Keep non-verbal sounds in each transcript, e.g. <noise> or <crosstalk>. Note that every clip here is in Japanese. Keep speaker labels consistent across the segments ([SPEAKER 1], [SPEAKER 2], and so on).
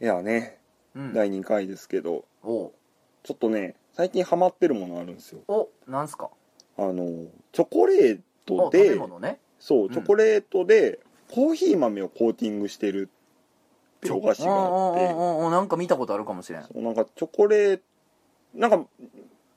[SPEAKER 1] いやね、
[SPEAKER 2] うん
[SPEAKER 1] 第2回ですけど
[SPEAKER 2] お
[SPEAKER 1] ちょっとね最近ハマってるものあるんですよ
[SPEAKER 2] おなんすか
[SPEAKER 1] あのチョコレート
[SPEAKER 2] お食べ
[SPEAKER 1] で
[SPEAKER 2] 物ね
[SPEAKER 1] そううんチョコレートでコーヒー豆をコーティングしてるってお菓子があ
[SPEAKER 2] お
[SPEAKER 1] っ
[SPEAKER 2] おおおなんか見たことあるかもしれん
[SPEAKER 1] てそうなんかチョコレートなんか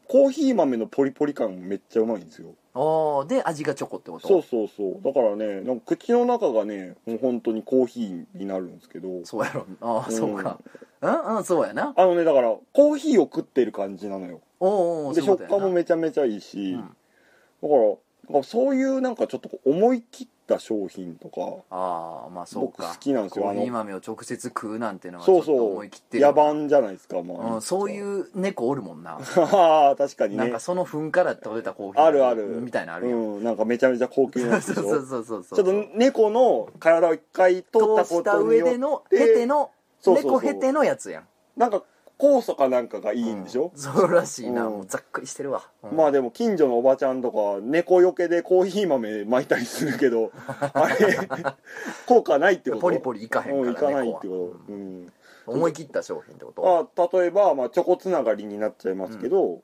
[SPEAKER 1] コーヒー豆のポリポリ感めっちゃうまいんですよ
[SPEAKER 2] おおで味がチョコってこと
[SPEAKER 1] そうそうそうだからねなんか口の中がねもう本当にコーヒーになるんですけど
[SPEAKER 2] そうやろああ、
[SPEAKER 1] うん
[SPEAKER 2] そうかうんうんそうやな
[SPEAKER 1] あのねだからコーヒーを食ってる感じなのよ
[SPEAKER 2] おおおお
[SPEAKER 1] で
[SPEAKER 2] そうい
[SPEAKER 1] 食
[SPEAKER 2] うことや
[SPEAKER 1] 感も
[SPEAKER 2] な
[SPEAKER 1] めちゃめちゃいいし、
[SPEAKER 2] う
[SPEAKER 1] だか
[SPEAKER 2] ん
[SPEAKER 1] らなんかそういうなんかちょっと思い切った商品とか
[SPEAKER 2] ああまあそう
[SPEAKER 1] 僕
[SPEAKER 2] か
[SPEAKER 1] 好きなんですよ
[SPEAKER 2] コ
[SPEAKER 1] あ
[SPEAKER 2] ーヒー
[SPEAKER 1] の
[SPEAKER 2] 豆を直接食うなんてのはち
[SPEAKER 1] そう
[SPEAKER 2] ょっと
[SPEAKER 1] そ
[SPEAKER 2] 思
[SPEAKER 1] う
[SPEAKER 2] い切ってる
[SPEAKER 1] 野蛮じゃないですかまあ、
[SPEAKER 2] うん、そういうう猫おるも
[SPEAKER 1] <laughs>
[SPEAKER 2] んな、
[SPEAKER 1] 確かに
[SPEAKER 2] なん
[SPEAKER 1] ね
[SPEAKER 2] かその糞から取れたコーヒー
[SPEAKER 1] あるある
[SPEAKER 2] みたいなのあるやん、
[SPEAKER 1] うんなんかめちゃめちゃ高級なやつ
[SPEAKER 2] そう
[SPEAKER 1] でしょ
[SPEAKER 2] そうそうそうそう
[SPEAKER 1] ちょっと猫の体を一回取った
[SPEAKER 2] 通
[SPEAKER 1] こ
[SPEAKER 2] した
[SPEAKER 1] とに
[SPEAKER 2] 上
[SPEAKER 1] よって
[SPEAKER 2] でのヘテの
[SPEAKER 1] そうそうそう
[SPEAKER 2] 猫ヘテのやつやん
[SPEAKER 1] なんか酵素かなんかがいいんでしょ
[SPEAKER 2] う、そうらしいな、
[SPEAKER 1] うん
[SPEAKER 2] もうざっくりしてるわ、うん
[SPEAKER 1] まあでも近所のおばちゃんとか猫よけでコーヒー豆巻いたりするけどあ
[SPEAKER 2] <laughs>
[SPEAKER 1] れ効果ないってこと
[SPEAKER 2] ポリポリいかへん
[SPEAKER 1] うんい
[SPEAKER 2] か
[SPEAKER 1] からない
[SPEAKER 2] ね
[SPEAKER 1] って
[SPEAKER 2] こ
[SPEAKER 1] こと、うん
[SPEAKER 2] うは思い切った商品ってこと
[SPEAKER 1] まあ、例えば、まあ、チョコつながりになっちゃいますけど、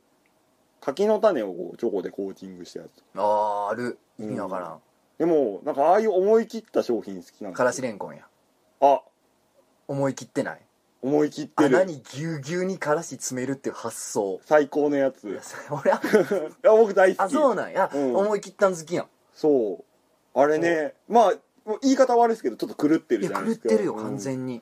[SPEAKER 1] 柿の種をこうチョコでコーティングしたやつ
[SPEAKER 2] ああーある意味わからん、
[SPEAKER 1] でもなんかああいう思い切った商品好きなんですよ
[SPEAKER 2] からしれんこんや
[SPEAKER 1] あ
[SPEAKER 2] 思い切ってない
[SPEAKER 1] 思い切って
[SPEAKER 2] 穴
[SPEAKER 1] る
[SPEAKER 2] にぎゅうぎゅうにからし詰めるっていう発想
[SPEAKER 1] 最高のや
[SPEAKER 2] い
[SPEAKER 1] つ
[SPEAKER 2] やそれ俺は
[SPEAKER 1] いや僕大好き
[SPEAKER 2] あそうなんや、
[SPEAKER 1] うん
[SPEAKER 2] 思い切ったん好きやん
[SPEAKER 1] そうあれねまあもう言い方悪いですけどちょっと狂って
[SPEAKER 2] い
[SPEAKER 1] る
[SPEAKER 2] や
[SPEAKER 1] じゃない
[SPEAKER 2] 狂
[SPEAKER 1] で
[SPEAKER 2] っ
[SPEAKER 1] すか
[SPEAKER 2] てるよ
[SPEAKER 1] うん
[SPEAKER 2] 完全に、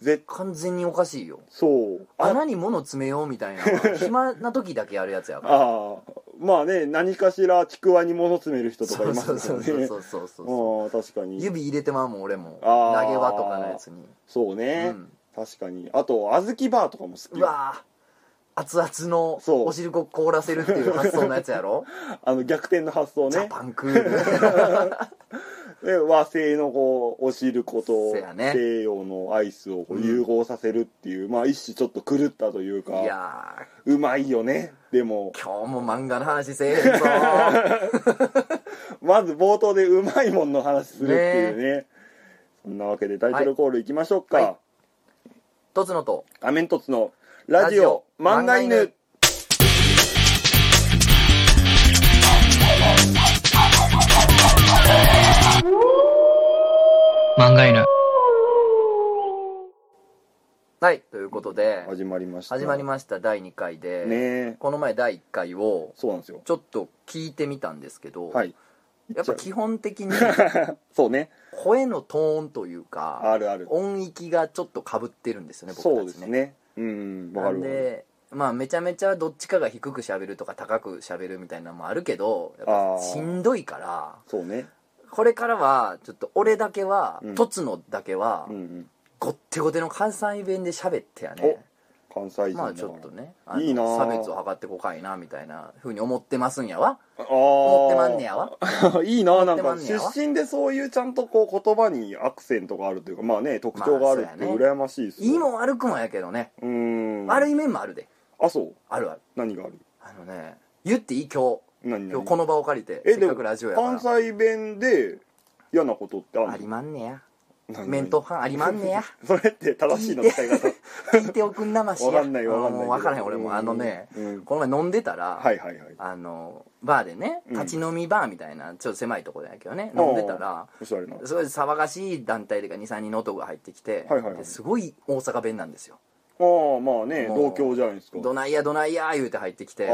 [SPEAKER 1] ぜ
[SPEAKER 2] 完全におかしいよ
[SPEAKER 1] そうあ
[SPEAKER 2] 穴に物詰めよう
[SPEAKER 1] <laughs>
[SPEAKER 2] みたいなのは暇な時だけやるやつやから
[SPEAKER 1] ああまあね何かしらちくわに物詰める人とか
[SPEAKER 2] そ
[SPEAKER 1] いうます
[SPEAKER 2] そ
[SPEAKER 1] よ
[SPEAKER 2] う
[SPEAKER 1] ね
[SPEAKER 2] そうそうそうそうそう
[SPEAKER 1] ああ確かに
[SPEAKER 2] 指入れてまうもん俺も投げ
[SPEAKER 1] あー
[SPEAKER 2] 輪とかのやつに、
[SPEAKER 1] そうね、
[SPEAKER 2] うん
[SPEAKER 1] 確かにあと小豆バーとかも好
[SPEAKER 2] う
[SPEAKER 1] き
[SPEAKER 2] わー熱々の
[SPEAKER 1] そう
[SPEAKER 2] お汁粉凍らせるっていう発想のやつや
[SPEAKER 1] <laughs>
[SPEAKER 2] ろ、
[SPEAKER 1] あの逆転の発想
[SPEAKER 2] ジャ
[SPEAKER 1] ね
[SPEAKER 2] パンク
[SPEAKER 1] <laughs>
[SPEAKER 2] ール
[SPEAKER 1] で和製のこうお汁粉と
[SPEAKER 2] せやね
[SPEAKER 1] 西洋のアイスをこう融合させるっていう、まあ一種ちょっと狂ったという
[SPEAKER 2] い
[SPEAKER 1] か
[SPEAKER 2] や
[SPEAKER 1] うまいよねでも
[SPEAKER 2] ー今日も漫画の話せえへん
[SPEAKER 1] <laughs>
[SPEAKER 2] ぞー
[SPEAKER 1] まず冒頭でうまいもんの話するっていうねそんなわけでタイトルコールいきましょうか、
[SPEAKER 2] はいとつのと
[SPEAKER 1] アメントツのラジオ
[SPEAKER 2] ラジオ
[SPEAKER 1] 漫画
[SPEAKER 2] 漫画
[SPEAKER 1] 犬
[SPEAKER 2] 犬
[SPEAKER 3] 漫画犬。
[SPEAKER 2] はいということで
[SPEAKER 1] 始まりました
[SPEAKER 2] 始まりました第2回
[SPEAKER 1] ね
[SPEAKER 2] で、
[SPEAKER 1] え
[SPEAKER 2] この前第1回を
[SPEAKER 1] そうなんですよ
[SPEAKER 2] ちょっと聞いてみたんですけど、
[SPEAKER 1] はい <laughs>
[SPEAKER 2] やっぱ基本的に
[SPEAKER 1] そうね
[SPEAKER 2] 声のトーンというか
[SPEAKER 1] あるある
[SPEAKER 2] 音域がちょっとかぶってるんですよね僕たち
[SPEAKER 1] そうですねうんわ
[SPEAKER 2] な
[SPEAKER 1] か
[SPEAKER 2] ん
[SPEAKER 1] るわ
[SPEAKER 2] でまあめちゃめちゃどっちかが低く喋るとか高く喋るみたいなのもあるけどやっ
[SPEAKER 1] あ
[SPEAKER 2] ぱ
[SPEAKER 1] ー
[SPEAKER 2] しんどいから
[SPEAKER 1] そうね
[SPEAKER 2] これからはちょっと俺だけは
[SPEAKER 1] うん
[SPEAKER 2] とつのだけは
[SPEAKER 1] うんうん
[SPEAKER 2] ごってごての関西弁で喋ってやね
[SPEAKER 1] 関西人
[SPEAKER 2] まあ
[SPEAKER 1] だ
[SPEAKER 2] ちょっ
[SPEAKER 1] か
[SPEAKER 2] とねあの
[SPEAKER 1] いいなあ
[SPEAKER 2] 差別を図ってこかいなみたいなふうに思ってますんやわ
[SPEAKER 1] ら
[SPEAKER 2] 思ってまんね
[SPEAKER 1] あ
[SPEAKER 2] やわ
[SPEAKER 1] あ <laughs> いいななん
[SPEAKER 2] 思っ
[SPEAKER 1] か
[SPEAKER 2] てまんねやわ
[SPEAKER 1] 出身でそういうちゃんとこう言葉にアクセントがあるというかまあね特徴があるっ
[SPEAKER 2] まあ
[SPEAKER 1] て
[SPEAKER 2] そうやね
[SPEAKER 1] 羨ましいですよ
[SPEAKER 2] いいもん悪くもやけどね
[SPEAKER 1] うん
[SPEAKER 2] 悪い面もあるで
[SPEAKER 1] あそう
[SPEAKER 2] あるある
[SPEAKER 1] 何がある
[SPEAKER 2] あのね言っていい今日
[SPEAKER 1] 何
[SPEAKER 2] 今
[SPEAKER 1] 何
[SPEAKER 2] 日この場を借りて
[SPEAKER 1] え
[SPEAKER 2] せ
[SPEAKER 1] で
[SPEAKER 2] っ
[SPEAKER 1] も
[SPEAKER 2] かくラジオやから
[SPEAKER 1] 関西弁で嫌なことってあるの
[SPEAKER 2] ありまんねや
[SPEAKER 1] 何々
[SPEAKER 2] 面と飯ありまんねや
[SPEAKER 1] それって正しいの使い方
[SPEAKER 2] 聞いておくんなましや
[SPEAKER 1] わかんないわかんない
[SPEAKER 2] もう分からへん俺もあのね
[SPEAKER 1] うん
[SPEAKER 2] この前飲んでたら、
[SPEAKER 1] はいはいはい
[SPEAKER 2] あのバーでね
[SPEAKER 1] うん
[SPEAKER 2] 立ち飲みバーみたいなちょっと狭いとこだけどね飲んでたら
[SPEAKER 1] おしゃれな
[SPEAKER 2] すごい騒がしい団体とか23人の男が入ってきて、
[SPEAKER 1] はいはいはい
[SPEAKER 2] ですごい大阪弁なんですよ
[SPEAKER 1] ああまあね
[SPEAKER 2] もう
[SPEAKER 1] 同郷じゃないです
[SPEAKER 2] 「
[SPEAKER 1] か
[SPEAKER 2] どないやどないや」言うて入ってき
[SPEAKER 1] ああ
[SPEAKER 2] て、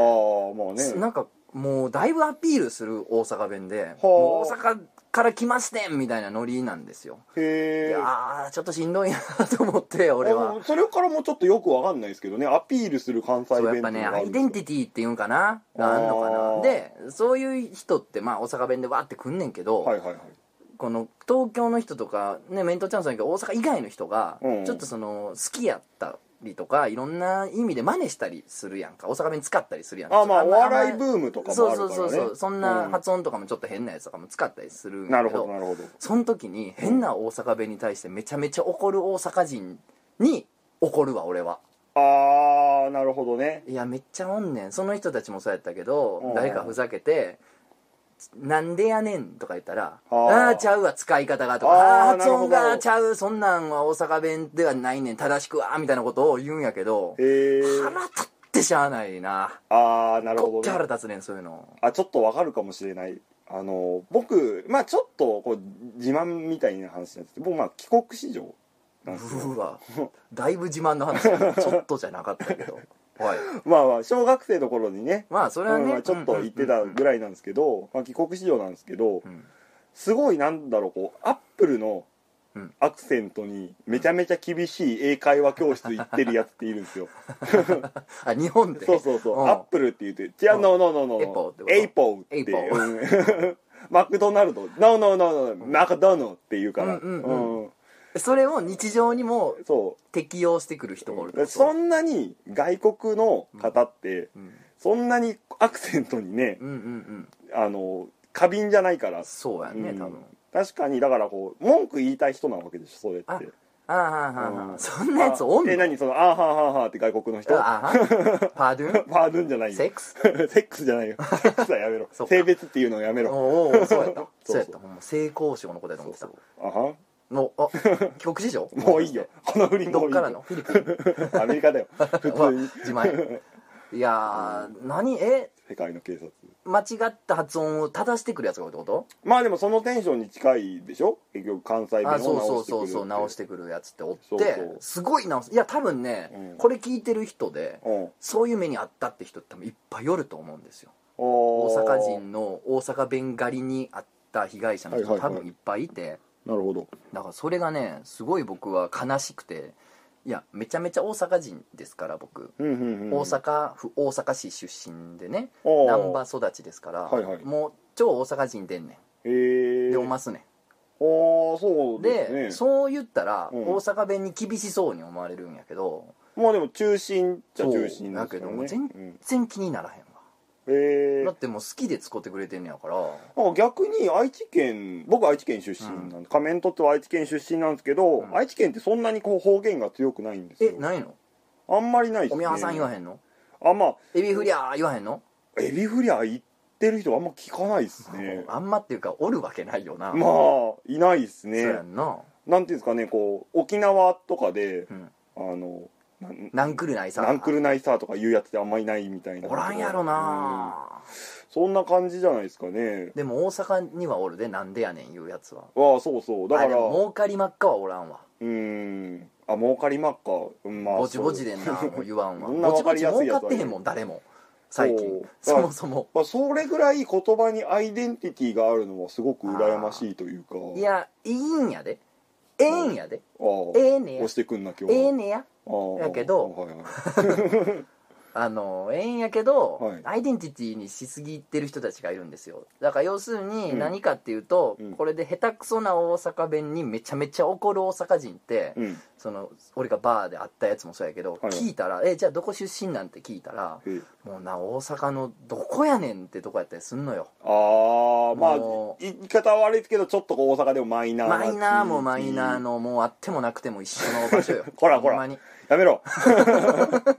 [SPEAKER 1] まあね
[SPEAKER 2] なんかもうだいぶアピールする大阪弁で「
[SPEAKER 1] あ
[SPEAKER 2] もう大阪から来ましてん!」みたいなノリなんですよ、
[SPEAKER 1] へ
[SPEAKER 2] い
[SPEAKER 1] え
[SPEAKER 2] やーちょっとしんどいなと思って俺は
[SPEAKER 1] それからもちょっとよくわかんないですけどねアピールする関西
[SPEAKER 2] そ
[SPEAKER 1] 弁っていうの
[SPEAKER 2] うやっぱね
[SPEAKER 1] が
[SPEAKER 2] ア
[SPEAKER 1] あ
[SPEAKER 2] イ
[SPEAKER 1] るんで
[SPEAKER 2] デ
[SPEAKER 1] す
[SPEAKER 2] ン
[SPEAKER 1] よ
[SPEAKER 2] ティティっていうんかながあんのかなでそういう人ってまあ大阪弁でわーって来んねんけど、
[SPEAKER 1] はいはいはい
[SPEAKER 2] この東京の人とかねメントチャンスだけど大阪以外の人が
[SPEAKER 1] うん
[SPEAKER 2] ちょっとその好きやったりとかいろんな意味で真似したりするやんか大阪弁使ったりするやんか
[SPEAKER 1] あまあお笑いブ
[SPEAKER 2] ー
[SPEAKER 1] ームとかも
[SPEAKER 2] そ
[SPEAKER 1] あ
[SPEAKER 2] うそ
[SPEAKER 1] る
[SPEAKER 2] う
[SPEAKER 1] から
[SPEAKER 2] そう
[SPEAKER 1] ね
[SPEAKER 2] そうそんな
[SPEAKER 1] う
[SPEAKER 2] 発音とかもちょっと変なやつとかも使ったりするん
[SPEAKER 1] な
[SPEAKER 2] や
[SPEAKER 1] る
[SPEAKER 2] け
[SPEAKER 1] ほど
[SPEAKER 2] ど
[SPEAKER 1] なるほど
[SPEAKER 2] その時に変な大阪弁に対してめちゃめちゃ怒る大阪人に怒るわ俺は
[SPEAKER 1] ああなるほどね
[SPEAKER 2] いやめっちゃおんねんその人たちもそうやったけど
[SPEAKER 1] うん
[SPEAKER 2] 誰かふざけてなんでやねんとか言ったら、
[SPEAKER 1] あー
[SPEAKER 2] ああーちゃうわ、使い方がとか、あ
[SPEAKER 1] あー
[SPEAKER 2] あー発音
[SPEAKER 1] なるほ
[SPEAKER 2] が
[SPEAKER 1] ど
[SPEAKER 2] ちゃう、そんなんは大阪弁ではないねん、正しくは、みたいなことを言うんやけど、
[SPEAKER 1] えー、
[SPEAKER 2] 腹立ってしゃあないな。
[SPEAKER 1] ああなる
[SPEAKER 2] こ
[SPEAKER 1] ほ
[SPEAKER 2] っち
[SPEAKER 1] ど、
[SPEAKER 2] 腹
[SPEAKER 1] ね、
[SPEAKER 2] 立つねん、そういうの。
[SPEAKER 1] あちょっとわかるかもしれないあの僕まあちょっとこう自慢みたいな話になってて僕まあ帰国子女なんですよ
[SPEAKER 2] うわ、だいぶ自慢の話だなちょっとじゃなかったけど。はい。
[SPEAKER 1] まあまあ小学生の頃にね
[SPEAKER 2] まあ、それは
[SPEAKER 1] うんま
[SPEAKER 2] ね、
[SPEAKER 1] あちょっと言ってたぐらいなんですけど、まあ、帰国子女なんですけど
[SPEAKER 2] うん
[SPEAKER 1] すごいなんだろうこうアップルの
[SPEAKER 2] うん
[SPEAKER 1] アクセントにめちゃめちゃ厳しい英会話教室行ってるやつっているんですよ
[SPEAKER 2] あ、日本で。
[SPEAKER 1] そうそうそう、
[SPEAKER 2] うん
[SPEAKER 1] アップルって言って「違う、
[SPEAKER 2] うん
[SPEAKER 1] no no no
[SPEAKER 2] エポ
[SPEAKER 1] no
[SPEAKER 2] ってこと
[SPEAKER 1] エイポー」
[SPEAKER 2] エ
[SPEAKER 1] っ
[SPEAKER 2] イ
[SPEAKER 1] て
[SPEAKER 2] ポ
[SPEAKER 1] うん <laughs> マクドナルド「no no no no マクドナルド」って言うから、
[SPEAKER 2] うんうんう
[SPEAKER 1] うん
[SPEAKER 2] それを日常にも
[SPEAKER 1] そ
[SPEAKER 2] 適用してくる人がおるってこ
[SPEAKER 1] う
[SPEAKER 2] と
[SPEAKER 1] そんなに外国の方って
[SPEAKER 2] うん
[SPEAKER 1] そんなにアクセントにね
[SPEAKER 2] うんうんうん。
[SPEAKER 1] あの過敏じゃないから
[SPEAKER 2] そうやね、
[SPEAKER 1] うん
[SPEAKER 2] 多分。
[SPEAKER 1] 確かにだからこう文句言いたい人なわけでしょそれって
[SPEAKER 2] ああーはーはー
[SPEAKER 1] う
[SPEAKER 2] はー
[SPEAKER 1] ん
[SPEAKER 2] そんなやつおん
[SPEAKER 1] あ
[SPEAKER 2] の
[SPEAKER 1] え何そのあーはーはーはーって外国の人パ
[SPEAKER 2] あはパドゥン
[SPEAKER 1] ーヌンじゃないよ
[SPEAKER 2] セックス
[SPEAKER 1] <laughs> セックスじゃないよ
[SPEAKER 2] <laughs>
[SPEAKER 1] セックスはやめろ
[SPEAKER 2] そうか
[SPEAKER 1] 性別っていうのをやめ
[SPEAKER 2] おー
[SPEAKER 1] ろ
[SPEAKER 2] おーそうやった
[SPEAKER 1] <laughs> そうそう
[SPEAKER 2] そうやったほんま性交渉のことやと
[SPEAKER 1] そ
[SPEAKER 2] 思っ
[SPEAKER 1] う
[SPEAKER 2] て
[SPEAKER 1] そ
[SPEAKER 2] た
[SPEAKER 1] うあは
[SPEAKER 2] のあ帰国子女
[SPEAKER 1] <laughs> もういいよこの振りもういい
[SPEAKER 2] どっ
[SPEAKER 1] よ
[SPEAKER 2] からのフィリピン
[SPEAKER 1] アメリカだ
[SPEAKER 2] <laughs>
[SPEAKER 1] よ普通 <laughs>
[SPEAKER 2] は
[SPEAKER 1] に
[SPEAKER 2] 自前いやー何え
[SPEAKER 1] 世界の警察
[SPEAKER 2] 間違った発音を正してくるやつがおるってこと
[SPEAKER 1] まあでもそのテンションに近いでしょ結局関西弁
[SPEAKER 2] あそうそ
[SPEAKER 1] を直してくる
[SPEAKER 2] うそうそう直しててくるやつっておって
[SPEAKER 1] そうそう
[SPEAKER 2] すごい直すいや多分ね、
[SPEAKER 1] うん
[SPEAKER 2] これ聞いてる人で
[SPEAKER 1] うん
[SPEAKER 2] そういう目にあったって人って多分いっぱいおると思うんですよ
[SPEAKER 1] 大
[SPEAKER 2] 大阪人の大阪弁狩りにあった被害者の人
[SPEAKER 1] はいはいは
[SPEAKER 2] 多
[SPEAKER 1] い
[SPEAKER 2] 分いっぱいいて、
[SPEAKER 1] なるほど
[SPEAKER 2] だからそれがねすごい僕は悲しくていやめちゃめちゃ大阪人ですから僕、
[SPEAKER 1] うんうんうん
[SPEAKER 2] 大阪府大阪市出身でね
[SPEAKER 1] おー
[SPEAKER 2] 難波育ちですから、
[SPEAKER 1] はいはい
[SPEAKER 2] もう超大阪人でんね
[SPEAKER 1] へ
[SPEAKER 2] ん
[SPEAKER 1] え
[SPEAKER 2] でおますね
[SPEAKER 1] おーそう
[SPEAKER 2] で
[SPEAKER 1] ですね
[SPEAKER 2] そう言ったら、
[SPEAKER 1] うん
[SPEAKER 2] 大阪弁に厳しそうに思われるんやけど
[SPEAKER 1] まあでも中心じゃ中心
[SPEAKER 2] だ
[SPEAKER 1] です
[SPEAKER 2] け
[SPEAKER 1] よ
[SPEAKER 2] どもう
[SPEAKER 1] ね
[SPEAKER 2] 全
[SPEAKER 1] うん
[SPEAKER 2] 然気にならへんわ、
[SPEAKER 1] へえ
[SPEAKER 2] だってもう好きで使ってくれてんねやから
[SPEAKER 1] なんか逆に愛知県僕愛知県出身なんで、仮面とっては愛知県出身なんですけど、
[SPEAKER 2] うん
[SPEAKER 1] 愛知県ってそんなにこう方言が強くないんです
[SPEAKER 2] え
[SPEAKER 1] よ
[SPEAKER 2] ないの
[SPEAKER 1] あんまりないです
[SPEAKER 2] おみやさん言わ
[SPEAKER 1] ん
[SPEAKER 2] へんの
[SPEAKER 1] あまあ
[SPEAKER 2] エビフリャー言わへんの、
[SPEAKER 1] エビフリャー言ってる人あんま聞かないですね
[SPEAKER 2] あんまっていうかおるわけないよな、
[SPEAKER 1] まあいないですね
[SPEAKER 2] そうやんな、
[SPEAKER 1] なんていうんですかねこう沖縄とかで
[SPEAKER 2] うん、
[SPEAKER 1] あのなん
[SPEAKER 2] なんくるないさ
[SPEAKER 1] なんくるないさーとか言うやつってあんまいないみたいな
[SPEAKER 2] おらんやろ
[SPEAKER 1] うん
[SPEAKER 2] な、
[SPEAKER 1] そんな感じじゃないですかね
[SPEAKER 2] でも大阪にはおるでなんでやねん言うやつは
[SPEAKER 1] ああそうそうだか
[SPEAKER 2] あで
[SPEAKER 1] ら
[SPEAKER 2] も
[SPEAKER 1] う
[SPEAKER 2] 儲かり真っ赤はおらんわ
[SPEAKER 1] ーんあ儲かりまっかうんまあ
[SPEAKER 2] ぼちぼち
[SPEAKER 1] そう
[SPEAKER 2] でんなもう言わんわ
[SPEAKER 1] <laughs> そんな
[SPEAKER 2] ぼ
[SPEAKER 1] 分
[SPEAKER 2] ち
[SPEAKER 1] か
[SPEAKER 2] ぼ
[SPEAKER 1] り
[SPEAKER 2] ち
[SPEAKER 1] やすい
[SPEAKER 2] 儲
[SPEAKER 1] やつ
[SPEAKER 2] か
[SPEAKER 1] は
[SPEAKER 2] ってへんもん誰も最近
[SPEAKER 1] そう
[SPEAKER 2] そもそも
[SPEAKER 1] まあ、それぐらい言葉にアイデンティティがあるのはすごく羨ましいというか
[SPEAKER 2] いやいいんやでええんやで
[SPEAKER 1] ああ
[SPEAKER 2] ええねや
[SPEAKER 1] 押してくんな今日
[SPEAKER 2] ええ
[SPEAKER 1] ね
[SPEAKER 2] ねや
[SPEAKER 1] ああ
[SPEAKER 2] やけど
[SPEAKER 1] はいはい
[SPEAKER 2] あのええんやけど、
[SPEAKER 1] はい
[SPEAKER 2] アイデンティティにしすぎてる人たちがいるんですよだから要する
[SPEAKER 1] う
[SPEAKER 2] に
[SPEAKER 1] ん
[SPEAKER 2] 何かっていうと、
[SPEAKER 1] うん
[SPEAKER 2] これで下手くそな大阪弁にめちゃめちゃ怒る大阪人って、
[SPEAKER 1] うん、へ
[SPEAKER 2] その俺がバーで会ったやつもそうやけど、
[SPEAKER 1] はい
[SPEAKER 2] 聞いたら「えじゃあどこ出身なん?」て聞いたら
[SPEAKER 1] え
[SPEAKER 2] 「もうな大阪のどこやねん」ってとこやったりすんのよ
[SPEAKER 1] ああまあ
[SPEAKER 2] もう
[SPEAKER 1] 言い方は悪いですけどちょっとこう大阪でもマイナーな
[SPEAKER 2] マイナーもマイナー
[SPEAKER 1] 地域
[SPEAKER 2] のもうあってもなくても一緒の場
[SPEAKER 1] <laughs>
[SPEAKER 2] 所よ
[SPEAKER 1] こらこら
[SPEAKER 2] ほんまに
[SPEAKER 1] やめろ
[SPEAKER 2] あっ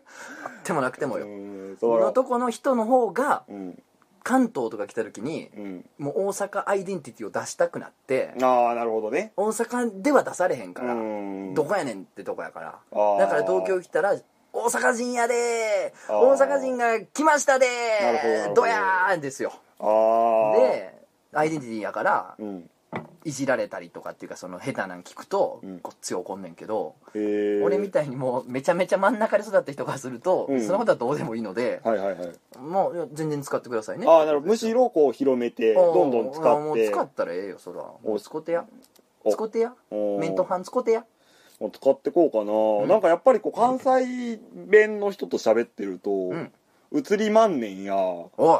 [SPEAKER 2] てもなくても
[SPEAKER 1] う
[SPEAKER 2] よ
[SPEAKER 1] んそう
[SPEAKER 2] の
[SPEAKER 1] だ
[SPEAKER 2] とこの人の方が
[SPEAKER 1] うん
[SPEAKER 2] 関東とか来た時に
[SPEAKER 1] うん
[SPEAKER 2] もう大阪アイデンティティを出したくなって
[SPEAKER 1] ああなるほどね
[SPEAKER 2] 大阪では出されへんから、
[SPEAKER 1] うん
[SPEAKER 2] どこやねんってとこやから
[SPEAKER 1] あー
[SPEAKER 2] だから東京来たら「大阪人やでー
[SPEAKER 1] あー
[SPEAKER 2] 大阪人が来ましたで
[SPEAKER 1] なるほどなる
[SPEAKER 2] ー
[SPEAKER 1] ほど
[SPEAKER 2] どやーん」ですよ
[SPEAKER 1] ああ
[SPEAKER 2] でアイデンティティやから
[SPEAKER 1] うん
[SPEAKER 2] いじられたりとかっていうかその下手なん聞くと
[SPEAKER 1] うん
[SPEAKER 2] こっち怒んねんけど、
[SPEAKER 1] へえ
[SPEAKER 2] 俺みたいにもうめちゃめちゃ真ん中で育った人からすると、
[SPEAKER 1] うん
[SPEAKER 2] そのことはどうでもいいので、
[SPEAKER 1] はいはいはい
[SPEAKER 2] もういや全然使ってくださいね
[SPEAKER 1] ああなるほどむしろこう広めてどんどん使
[SPEAKER 2] あーも
[SPEAKER 1] っ
[SPEAKER 2] う
[SPEAKER 1] て
[SPEAKER 2] 使ったらええよそらもう使ってや
[SPEAKER 1] お
[SPEAKER 2] 使ってや
[SPEAKER 1] うん
[SPEAKER 2] メントハン使ってや
[SPEAKER 1] もう使ってこうかな、
[SPEAKER 2] ん
[SPEAKER 1] なんかやっぱりこう関西弁の人と喋ってると、
[SPEAKER 2] ん
[SPEAKER 1] 移り万年やあ
[SPEAKER 2] おい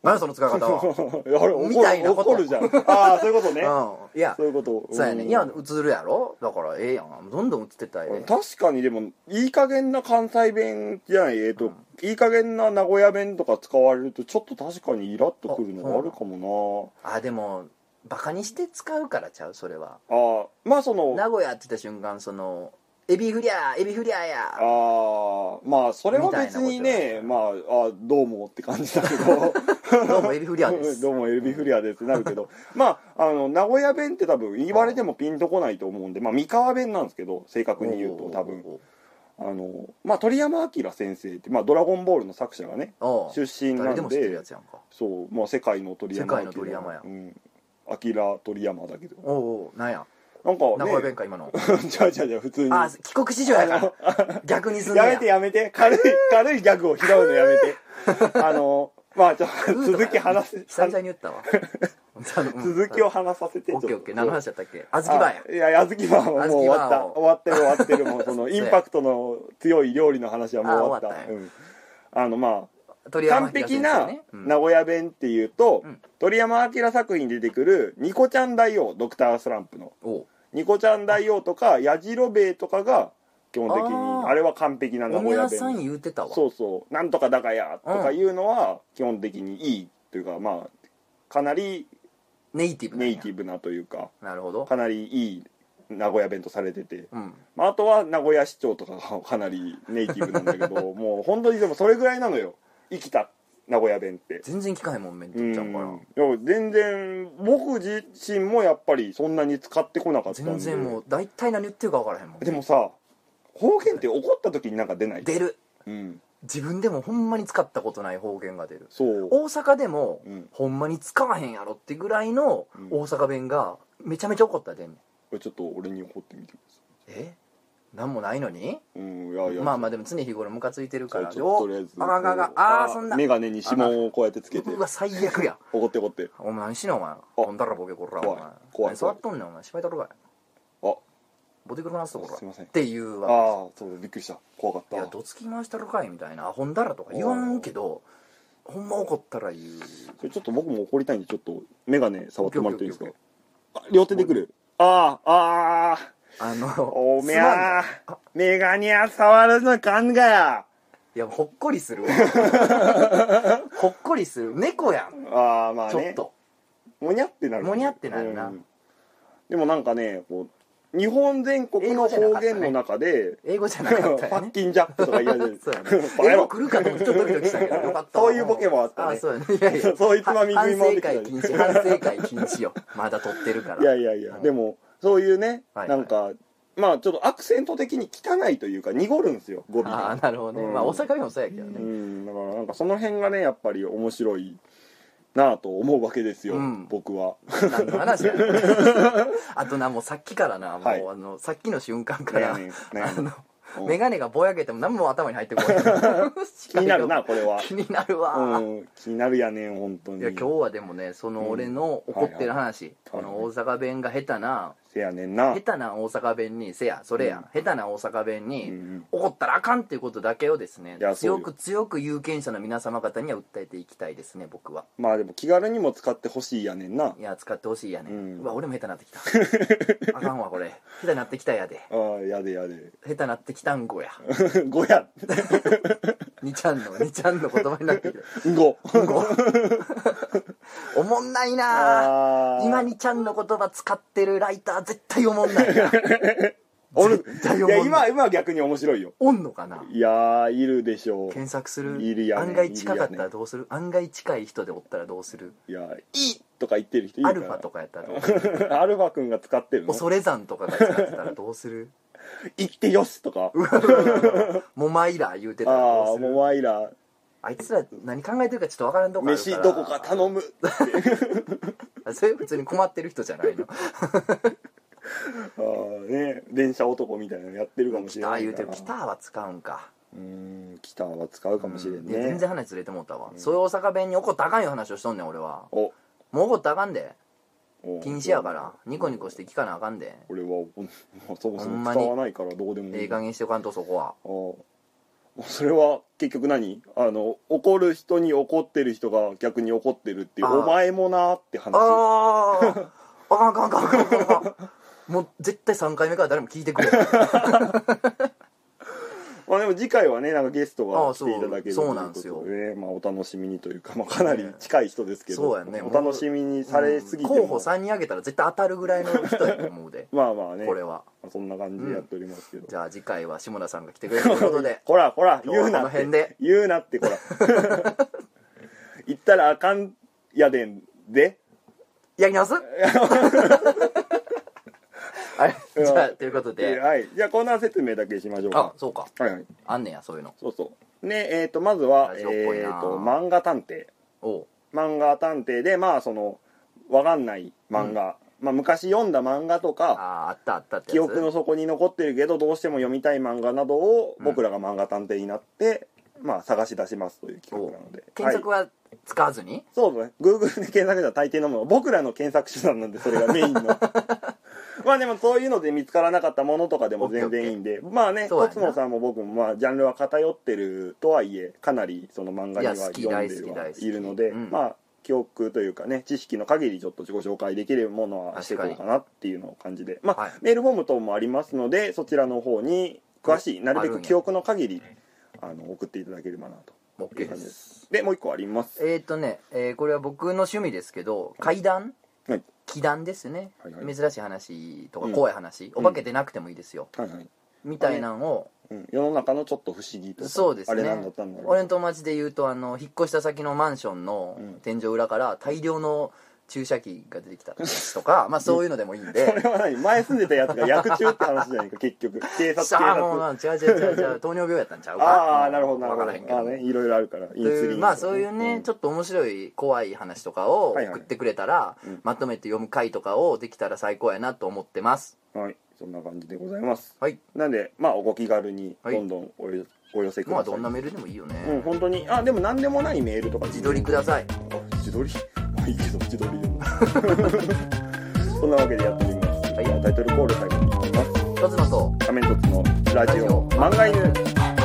[SPEAKER 2] 何その
[SPEAKER 1] <laughs>
[SPEAKER 2] 使い方は
[SPEAKER 1] れ怒
[SPEAKER 2] みたいな
[SPEAKER 1] る
[SPEAKER 2] こと
[SPEAKER 1] 怒るじゃんああそういうことね
[SPEAKER 2] うんいや
[SPEAKER 1] そういうこと
[SPEAKER 2] そうやね
[SPEAKER 1] ん
[SPEAKER 2] いや映るやろだからええやんどんどん映ってったらええ
[SPEAKER 1] 確かにでもいい加減な関西弁じゃないえっ、と、いい加減な名古屋弁とか使われるとちょっと確かにイラッとくるのがあるかも
[SPEAKER 2] あでもバカにして使うからちゃうそれは
[SPEAKER 1] なああまあその
[SPEAKER 2] 名古屋って言った瞬間そのエビフリャーエビフリャー
[SPEAKER 1] <laughs>
[SPEAKER 2] や
[SPEAKER 1] ああまあそれは別にねまああどうもって感じだけど
[SPEAKER 2] どうもエビフ
[SPEAKER 1] <laughs>
[SPEAKER 2] リャーです
[SPEAKER 1] どうもエビフリアですってなるけ
[SPEAKER 2] <laughs>
[SPEAKER 1] ど、まああの名古屋弁って多分言われてもピンとこないと思うんで、まあ、三河弁なんですけど正確に言うと多分あの、まあ、鳥山明先生って、まあ「ドラゴンボール」の作者がね
[SPEAKER 2] おう
[SPEAKER 1] 出身な
[SPEAKER 2] 誰で
[SPEAKER 1] ん
[SPEAKER 2] も知ってる
[SPEAKER 1] で
[SPEAKER 2] やつやんか
[SPEAKER 1] そう、まあ、世界の鳥山
[SPEAKER 2] 世界の鳥山や
[SPEAKER 1] うんアキラ鳥山だけど
[SPEAKER 2] おうおうなんや
[SPEAKER 1] なん
[SPEAKER 2] 名古屋
[SPEAKER 1] かね <laughs>
[SPEAKER 2] 弁か今の
[SPEAKER 1] じゃあじゃあじゃあ普通に
[SPEAKER 2] あ帰国子女やから逆にすんね
[SPEAKER 1] や
[SPEAKER 2] や
[SPEAKER 1] めてやめて軽い軽いギャグを拾うのやめて
[SPEAKER 2] <laughs>
[SPEAKER 1] あのまあちょっと続き話す
[SPEAKER 2] 久々に言った
[SPEAKER 1] <laughs>
[SPEAKER 2] わ
[SPEAKER 1] 続きを話させてちょ
[SPEAKER 2] オ
[SPEAKER 1] っ
[SPEAKER 2] ッ
[SPEAKER 1] と
[SPEAKER 2] ケーオッケー何の話だったっけ小豆バーや
[SPEAKER 1] あいや、あずきばんはもう終わった。
[SPEAKER 2] 小
[SPEAKER 1] 終わってる終わってる。もうそ
[SPEAKER 2] <laughs>
[SPEAKER 1] の、インパクトの強い料理の話はもう終わっ
[SPEAKER 2] あ
[SPEAKER 1] た。
[SPEAKER 2] 終わった
[SPEAKER 1] うん。あの、まあ、
[SPEAKER 2] 鳥山
[SPEAKER 1] 完
[SPEAKER 2] 明先
[SPEAKER 1] 璧
[SPEAKER 2] 生
[SPEAKER 1] な
[SPEAKER 2] ねうん
[SPEAKER 1] 名古屋弁っていうと、
[SPEAKER 2] うん
[SPEAKER 1] 鳥山明作品に出てくる、ニコちゃん大王、ドクタースランプの。
[SPEAKER 2] おう
[SPEAKER 1] ニコちゃん大王とか、やじろべえとかが、基本的
[SPEAKER 2] あー
[SPEAKER 1] に、あれは完璧な名
[SPEAKER 2] お
[SPEAKER 1] 古
[SPEAKER 2] 宮
[SPEAKER 1] 屋
[SPEAKER 2] さん
[SPEAKER 1] 弁。
[SPEAKER 2] 言うてたわ
[SPEAKER 1] そうそう。なんとかだかや、とかいうのは、基本的にいい。というか、まあ、かなり
[SPEAKER 2] ネイティブなん
[SPEAKER 1] ネ
[SPEAKER 2] や
[SPEAKER 1] イティブなというか、
[SPEAKER 2] なるほど
[SPEAKER 1] かなりいい名古屋弁とされてて。
[SPEAKER 2] うん
[SPEAKER 1] まあ、あとは名古屋市長とかが <laughs> かなりネイティブなんだけ
[SPEAKER 2] <laughs>
[SPEAKER 1] どもう本当にでもそれぐらいなのよ生きた名古屋弁って
[SPEAKER 2] 全然聞かへんもんめん
[SPEAKER 1] う
[SPEAKER 2] と
[SPEAKER 1] ん
[SPEAKER 2] っ
[SPEAKER 1] い
[SPEAKER 2] ち
[SPEAKER 1] や
[SPEAKER 2] ゃんから
[SPEAKER 1] 全然僕自身もやっぱりそんなに使ってこなかったんで
[SPEAKER 2] 全然もう大体何言ってるか分からへんもん
[SPEAKER 1] でもさ方言って怒った時になんか出ない
[SPEAKER 2] 出る
[SPEAKER 1] うん
[SPEAKER 2] 自分でもほんまに使ったことない方言が出る
[SPEAKER 1] そう
[SPEAKER 2] 大阪でも、
[SPEAKER 1] うん
[SPEAKER 2] ほんまに使わへんやろってぐらいの
[SPEAKER 1] うん
[SPEAKER 2] 大阪弁がめちゃめちゃ怒ったら出んねん
[SPEAKER 1] これちょっと俺に怒ってみてくださ
[SPEAKER 2] えなんもないのに
[SPEAKER 1] いうんいやいや
[SPEAKER 2] まあまあでも常日頃ムカついてるから
[SPEAKER 1] ちょっととりあえず
[SPEAKER 2] おあがががあーそんな
[SPEAKER 1] 眼鏡に指紋をこうやってつけ
[SPEAKER 2] <laughs>
[SPEAKER 1] て
[SPEAKER 2] うわ最悪や
[SPEAKER 1] 怒って怒って
[SPEAKER 2] お前何しねんお前ほんだらボケこらお前
[SPEAKER 1] 怖い怖い
[SPEAKER 2] 何座っとんねんお前芝居だろかい
[SPEAKER 1] あ
[SPEAKER 2] ボディクル話すとこら
[SPEAKER 1] すいません
[SPEAKER 2] っていう
[SPEAKER 1] あ
[SPEAKER 2] わけです
[SPEAKER 1] あそうびっくりした怖かっ
[SPEAKER 2] い
[SPEAKER 1] た
[SPEAKER 2] やどつき回したろかいみたいなアホんだらとか言わんけどほんま怒ったら言う
[SPEAKER 1] それちょっと僕も怒りたいんでちょっと眼鏡触ってもらっていいですか
[SPEAKER 2] オッ
[SPEAKER 1] あ両手でくるああああ
[SPEAKER 2] あの
[SPEAKER 1] おめ
[SPEAKER 2] すまん
[SPEAKER 1] ゃ眼鏡屋触るのかんがや
[SPEAKER 2] いやほっこりするわ
[SPEAKER 1] <laughs>
[SPEAKER 2] ほっこりする猫やん
[SPEAKER 1] ああまあ
[SPEAKER 2] ちょっ
[SPEAKER 1] ね
[SPEAKER 2] と
[SPEAKER 1] もにゃってなる
[SPEAKER 2] もにゃってなるな
[SPEAKER 1] でもなんかねこう日本全国の方言の中で、
[SPEAKER 2] 英語じゃな
[SPEAKER 1] フ
[SPEAKER 2] か
[SPEAKER 1] ァ <laughs>
[SPEAKER 2] ったよね
[SPEAKER 1] ッキンジャックとか言われてる
[SPEAKER 2] そうや
[SPEAKER 1] バカ野
[SPEAKER 2] ね英語
[SPEAKER 1] 郎
[SPEAKER 2] 来るかと思ってちょっとドキドキしたけどよかった
[SPEAKER 1] そういうボケもあったね
[SPEAKER 2] <laughs> あそうやねいやいや
[SPEAKER 1] そういうつまみ食い
[SPEAKER 2] 反
[SPEAKER 1] もあ
[SPEAKER 2] 省
[SPEAKER 1] るけど
[SPEAKER 2] 会禁止反省会禁止よまだ撮ってるから
[SPEAKER 1] いやいやいや、
[SPEAKER 2] うん
[SPEAKER 1] でもそういうね、
[SPEAKER 2] はい
[SPEAKER 1] なんかまあちょっとアクセント的に汚いというか濁るんですよ語尾が
[SPEAKER 2] ああなるほどね、
[SPEAKER 1] うん
[SPEAKER 2] まあ大阪弁もそうやけどね、
[SPEAKER 1] うん、だからなんかその辺がねやっぱり面白いなぁと思うわけですよ、
[SPEAKER 2] うん
[SPEAKER 1] 僕は
[SPEAKER 2] 何の話や
[SPEAKER 1] <laughs>
[SPEAKER 2] あとなもうさっきからなもう、
[SPEAKER 1] はい
[SPEAKER 2] あのさっきの瞬間か
[SPEAKER 1] 悩
[SPEAKER 2] ら、
[SPEAKER 1] み <laughs>
[SPEAKER 2] あ
[SPEAKER 1] 悩み
[SPEAKER 2] の
[SPEAKER 1] うん
[SPEAKER 2] 眼鏡がぼやけても何も頭に入ってこない
[SPEAKER 1] <laughs> 気になるなこれは、
[SPEAKER 2] 気になるわ、
[SPEAKER 1] うん、気になるやねん本当に
[SPEAKER 2] いや今日はでもねその俺の怒って
[SPEAKER 1] う
[SPEAKER 2] る話、
[SPEAKER 1] んはいはい
[SPEAKER 2] この大阪弁が下手な
[SPEAKER 1] せやねんな
[SPEAKER 2] 下手な大阪弁にせやそれや、下手な大阪弁
[SPEAKER 1] う
[SPEAKER 2] に、
[SPEAKER 1] ん
[SPEAKER 2] 怒ったらあかんっていうことだけをですね
[SPEAKER 1] いやそう
[SPEAKER 2] 強
[SPEAKER 1] よ
[SPEAKER 2] く強く有権者の皆様方には訴えていきたいですね僕は
[SPEAKER 1] まあでも気軽にも使ってほしいやねんない
[SPEAKER 2] や使ってほしいやね、
[SPEAKER 1] うん
[SPEAKER 2] うわ俺も下手なってきた
[SPEAKER 1] <laughs>
[SPEAKER 2] あかんわこれ下手なってきたやで
[SPEAKER 1] ああやでやで <laughs>
[SPEAKER 2] 下手なってきたんごや
[SPEAKER 1] ごや <laughs>
[SPEAKER 2] 2ちゃんの2ちゃんの言葉になってきた
[SPEAKER 1] ご
[SPEAKER 2] んご <laughs> おもんないなあ
[SPEAKER 1] あー
[SPEAKER 2] 今にちゃんの言葉使ってるライター絶対おも
[SPEAKER 1] <laughs>
[SPEAKER 2] んないな
[SPEAKER 1] おる
[SPEAKER 2] 絶対お
[SPEAKER 1] いや
[SPEAKER 2] もんな
[SPEAKER 1] 今
[SPEAKER 2] い
[SPEAKER 1] 今は逆に面白いよ
[SPEAKER 2] おんのかない
[SPEAKER 1] やーいるでしょう
[SPEAKER 2] 検索する
[SPEAKER 1] いるやね
[SPEAKER 2] 案外近かった
[SPEAKER 1] いるや
[SPEAKER 2] ら
[SPEAKER 1] ね
[SPEAKER 2] どうする案外近い人でおったらどうする
[SPEAKER 1] いや「いい!」とか言ってる人いる
[SPEAKER 2] ア
[SPEAKER 1] から
[SPEAKER 2] ルファとかやったらどうする
[SPEAKER 1] か <laughs> アルファ君が使ってるの
[SPEAKER 2] 恐れ山とかが使ってたらどうする
[SPEAKER 1] 「言ってよし!」とか
[SPEAKER 2] モマイラ言うてたら
[SPEAKER 1] あ
[SPEAKER 2] ど
[SPEAKER 1] あ
[SPEAKER 2] うする
[SPEAKER 1] モアイラ
[SPEAKER 2] あいつら何考えてるかちょっとわからんとこあるから
[SPEAKER 1] 飯どこか頼む
[SPEAKER 2] それ普通に困ってる人じゃないの
[SPEAKER 1] あーね電車男みたいなのやってるかもし
[SPEAKER 2] 来
[SPEAKER 1] れな
[SPEAKER 2] た
[SPEAKER 1] い
[SPEAKER 2] 言う
[SPEAKER 1] か
[SPEAKER 2] て
[SPEAKER 1] ら
[SPEAKER 2] る来たは使うんか
[SPEAKER 1] うーん来たは使うかもしれん
[SPEAKER 2] いや
[SPEAKER 1] ね
[SPEAKER 2] 全然話ずれてもうたわ、そういう大阪弁に怒ったらあかんいう話をしとんねん俺は
[SPEAKER 1] お
[SPEAKER 2] もう怒ったらあかんで
[SPEAKER 1] お
[SPEAKER 2] 禁止やからニコニコして聞かなあかんで
[SPEAKER 1] 俺はほんもうそもそ
[SPEAKER 2] ほんま
[SPEAKER 1] も
[SPEAKER 2] に
[SPEAKER 1] 伝わないからどうでも
[SPEAKER 2] え
[SPEAKER 1] い
[SPEAKER 2] え
[SPEAKER 1] い
[SPEAKER 2] 加
[SPEAKER 1] あ
[SPEAKER 2] 減しておかんとそこは
[SPEAKER 1] ーもうそれは結局何あの怒る人に怒ってる人が逆に怒ってるっていう
[SPEAKER 2] あー
[SPEAKER 1] お前もなーって話
[SPEAKER 2] あーあかんあかんあかんあかんあかんあかんもう絶対3回目から誰も聞いてくれ
[SPEAKER 1] まあでも次回はねなんかゲスト
[SPEAKER 2] あ
[SPEAKER 1] が
[SPEAKER 2] あ
[SPEAKER 1] 来
[SPEAKER 2] そう
[SPEAKER 1] ていただける
[SPEAKER 2] そうなんですよ
[SPEAKER 1] ということでまあ、お楽しみにというか、まあ、かなり近い人ですけ
[SPEAKER 2] そ
[SPEAKER 1] ど、
[SPEAKER 2] うやね
[SPEAKER 1] お楽しみにされすぎても、
[SPEAKER 2] 候補3人挙げたら絶対当たるぐらいの人やと思うで
[SPEAKER 1] まあまあね
[SPEAKER 2] これは
[SPEAKER 1] まあそんな感じでやっておりますけど、
[SPEAKER 2] じゃあ次回は下田さんが来てくれるということで
[SPEAKER 1] ほらほら
[SPEAKER 2] 今日は
[SPEAKER 1] 言うな
[SPEAKER 2] この
[SPEAKER 1] っ
[SPEAKER 2] 辺
[SPEAKER 1] て
[SPEAKER 2] で
[SPEAKER 1] 言うなってほ
[SPEAKER 2] <laughs>
[SPEAKER 1] ら言ったらあかんやでんで
[SPEAKER 2] やり直すはい <laughs> じゃあということで
[SPEAKER 1] はいじゃあコーナー説明だけしましょう
[SPEAKER 2] あ
[SPEAKER 1] か
[SPEAKER 2] そうか
[SPEAKER 1] はいはい
[SPEAKER 2] あんねやそういうの
[SPEAKER 1] そうそうねえー、とまずは
[SPEAKER 2] ラ
[SPEAKER 1] え
[SPEAKER 2] ジオっぽいな
[SPEAKER 1] ー、と漫画探偵
[SPEAKER 2] おう
[SPEAKER 1] 漫画探偵でまあそのわかんない漫画、まあ、昔読んだ漫画とか
[SPEAKER 2] あああったあったって
[SPEAKER 1] 記
[SPEAKER 2] やつ
[SPEAKER 1] 憶の底に残ってるけどどうしても読みたい漫画などを
[SPEAKER 2] うん
[SPEAKER 1] 僕らが漫画探偵になって、まあ、探し出しますという企画なので
[SPEAKER 2] 検索
[SPEAKER 1] はい、
[SPEAKER 2] は使わずに、
[SPEAKER 1] そうですね Google で検索したら大抵のもの僕らの検索手段なんでそれがメイン
[SPEAKER 2] <laughs>
[SPEAKER 1] のまあでもそういうので見つからなかったものとかでも全然いいんでまあね
[SPEAKER 2] そうや
[SPEAKER 1] コ
[SPEAKER 2] な
[SPEAKER 1] ツノさんも僕もまあジャンルは偏ってるとはいえかなりその漫画にはい
[SPEAKER 2] や好き
[SPEAKER 1] 読んで
[SPEAKER 2] 大好き
[SPEAKER 1] は
[SPEAKER 2] 大好き
[SPEAKER 1] いるので、
[SPEAKER 2] うん
[SPEAKER 1] まあ記憶というかね知識の限りちょっとご紹介できるものはしていこうかなっていうのを感じでまあ、
[SPEAKER 2] はい
[SPEAKER 1] メールフォーム等もありますのでそちらの方に詳しいなるべ
[SPEAKER 2] あるん
[SPEAKER 1] く
[SPEAKER 2] や
[SPEAKER 1] 記憶の限りあの送っていただければなと。
[SPEAKER 2] OK です
[SPEAKER 1] でもう一個あります。
[SPEAKER 2] えっ、ー、とね、えーこれは僕の趣味ですけど怪談
[SPEAKER 1] はい
[SPEAKER 2] 奇談ですね、
[SPEAKER 1] はいはい
[SPEAKER 2] 珍しい話とか
[SPEAKER 1] うん
[SPEAKER 2] 怖い話、お化けでなくてもいいですよ、
[SPEAKER 1] はいはい
[SPEAKER 2] みたいなのを
[SPEAKER 1] うん、世の中のちょっと不思議とか
[SPEAKER 2] そうですね
[SPEAKER 1] あれなんだったんだろう
[SPEAKER 2] 俺の友達で言うとあの引っ越した先のマンションの
[SPEAKER 1] うん
[SPEAKER 2] 天井裏から大量の注射器が出てきたとか、
[SPEAKER 1] <laughs>
[SPEAKER 2] まあそういうのでもいいん
[SPEAKER 1] そ
[SPEAKER 2] で
[SPEAKER 1] れは何前住んでたやつが薬中って話じゃないか結局警察警
[SPEAKER 2] さあもうま
[SPEAKER 1] 察
[SPEAKER 2] あ違う違う違う違う糖尿病やったんちゃうか
[SPEAKER 1] ああなるほどなる
[SPEAKER 2] わ
[SPEAKER 1] ほ
[SPEAKER 2] からへんけ
[SPEAKER 1] どあ
[SPEAKER 2] ど、
[SPEAKER 1] あねいろいろあるからイン
[SPEAKER 2] と
[SPEAKER 1] ス
[SPEAKER 2] い
[SPEAKER 1] リ
[SPEAKER 2] う
[SPEAKER 1] ン
[SPEAKER 2] まあそういうね、ち
[SPEAKER 1] ょっ
[SPEAKER 2] ょっと面白い怖い話とかを
[SPEAKER 1] はいはい
[SPEAKER 2] 送ってくれたら、
[SPEAKER 1] うん
[SPEAKER 2] まとめて読む回とかをできたら最高やなと思ってます
[SPEAKER 1] とはいそんな感じでございます
[SPEAKER 2] はい
[SPEAKER 1] なんでまあおご気軽に
[SPEAKER 2] はい
[SPEAKER 1] どんどんおよお寄せく
[SPEAKER 2] まあ
[SPEAKER 1] ださい、
[SPEAKER 2] どんなメールでもいいよね、
[SPEAKER 1] うん本当にあでも何でもないメールとか
[SPEAKER 2] 自撮りください
[SPEAKER 1] あ自撮り <laughs> まあいいけど自撮りでも <laughs> そんなわけでやってみます、
[SPEAKER 2] はい
[SPEAKER 1] タイトルコール最後にいきます
[SPEAKER 2] 一つのと
[SPEAKER 1] 仮面凸のラジオ漫画犬
[SPEAKER 2] 漫画犬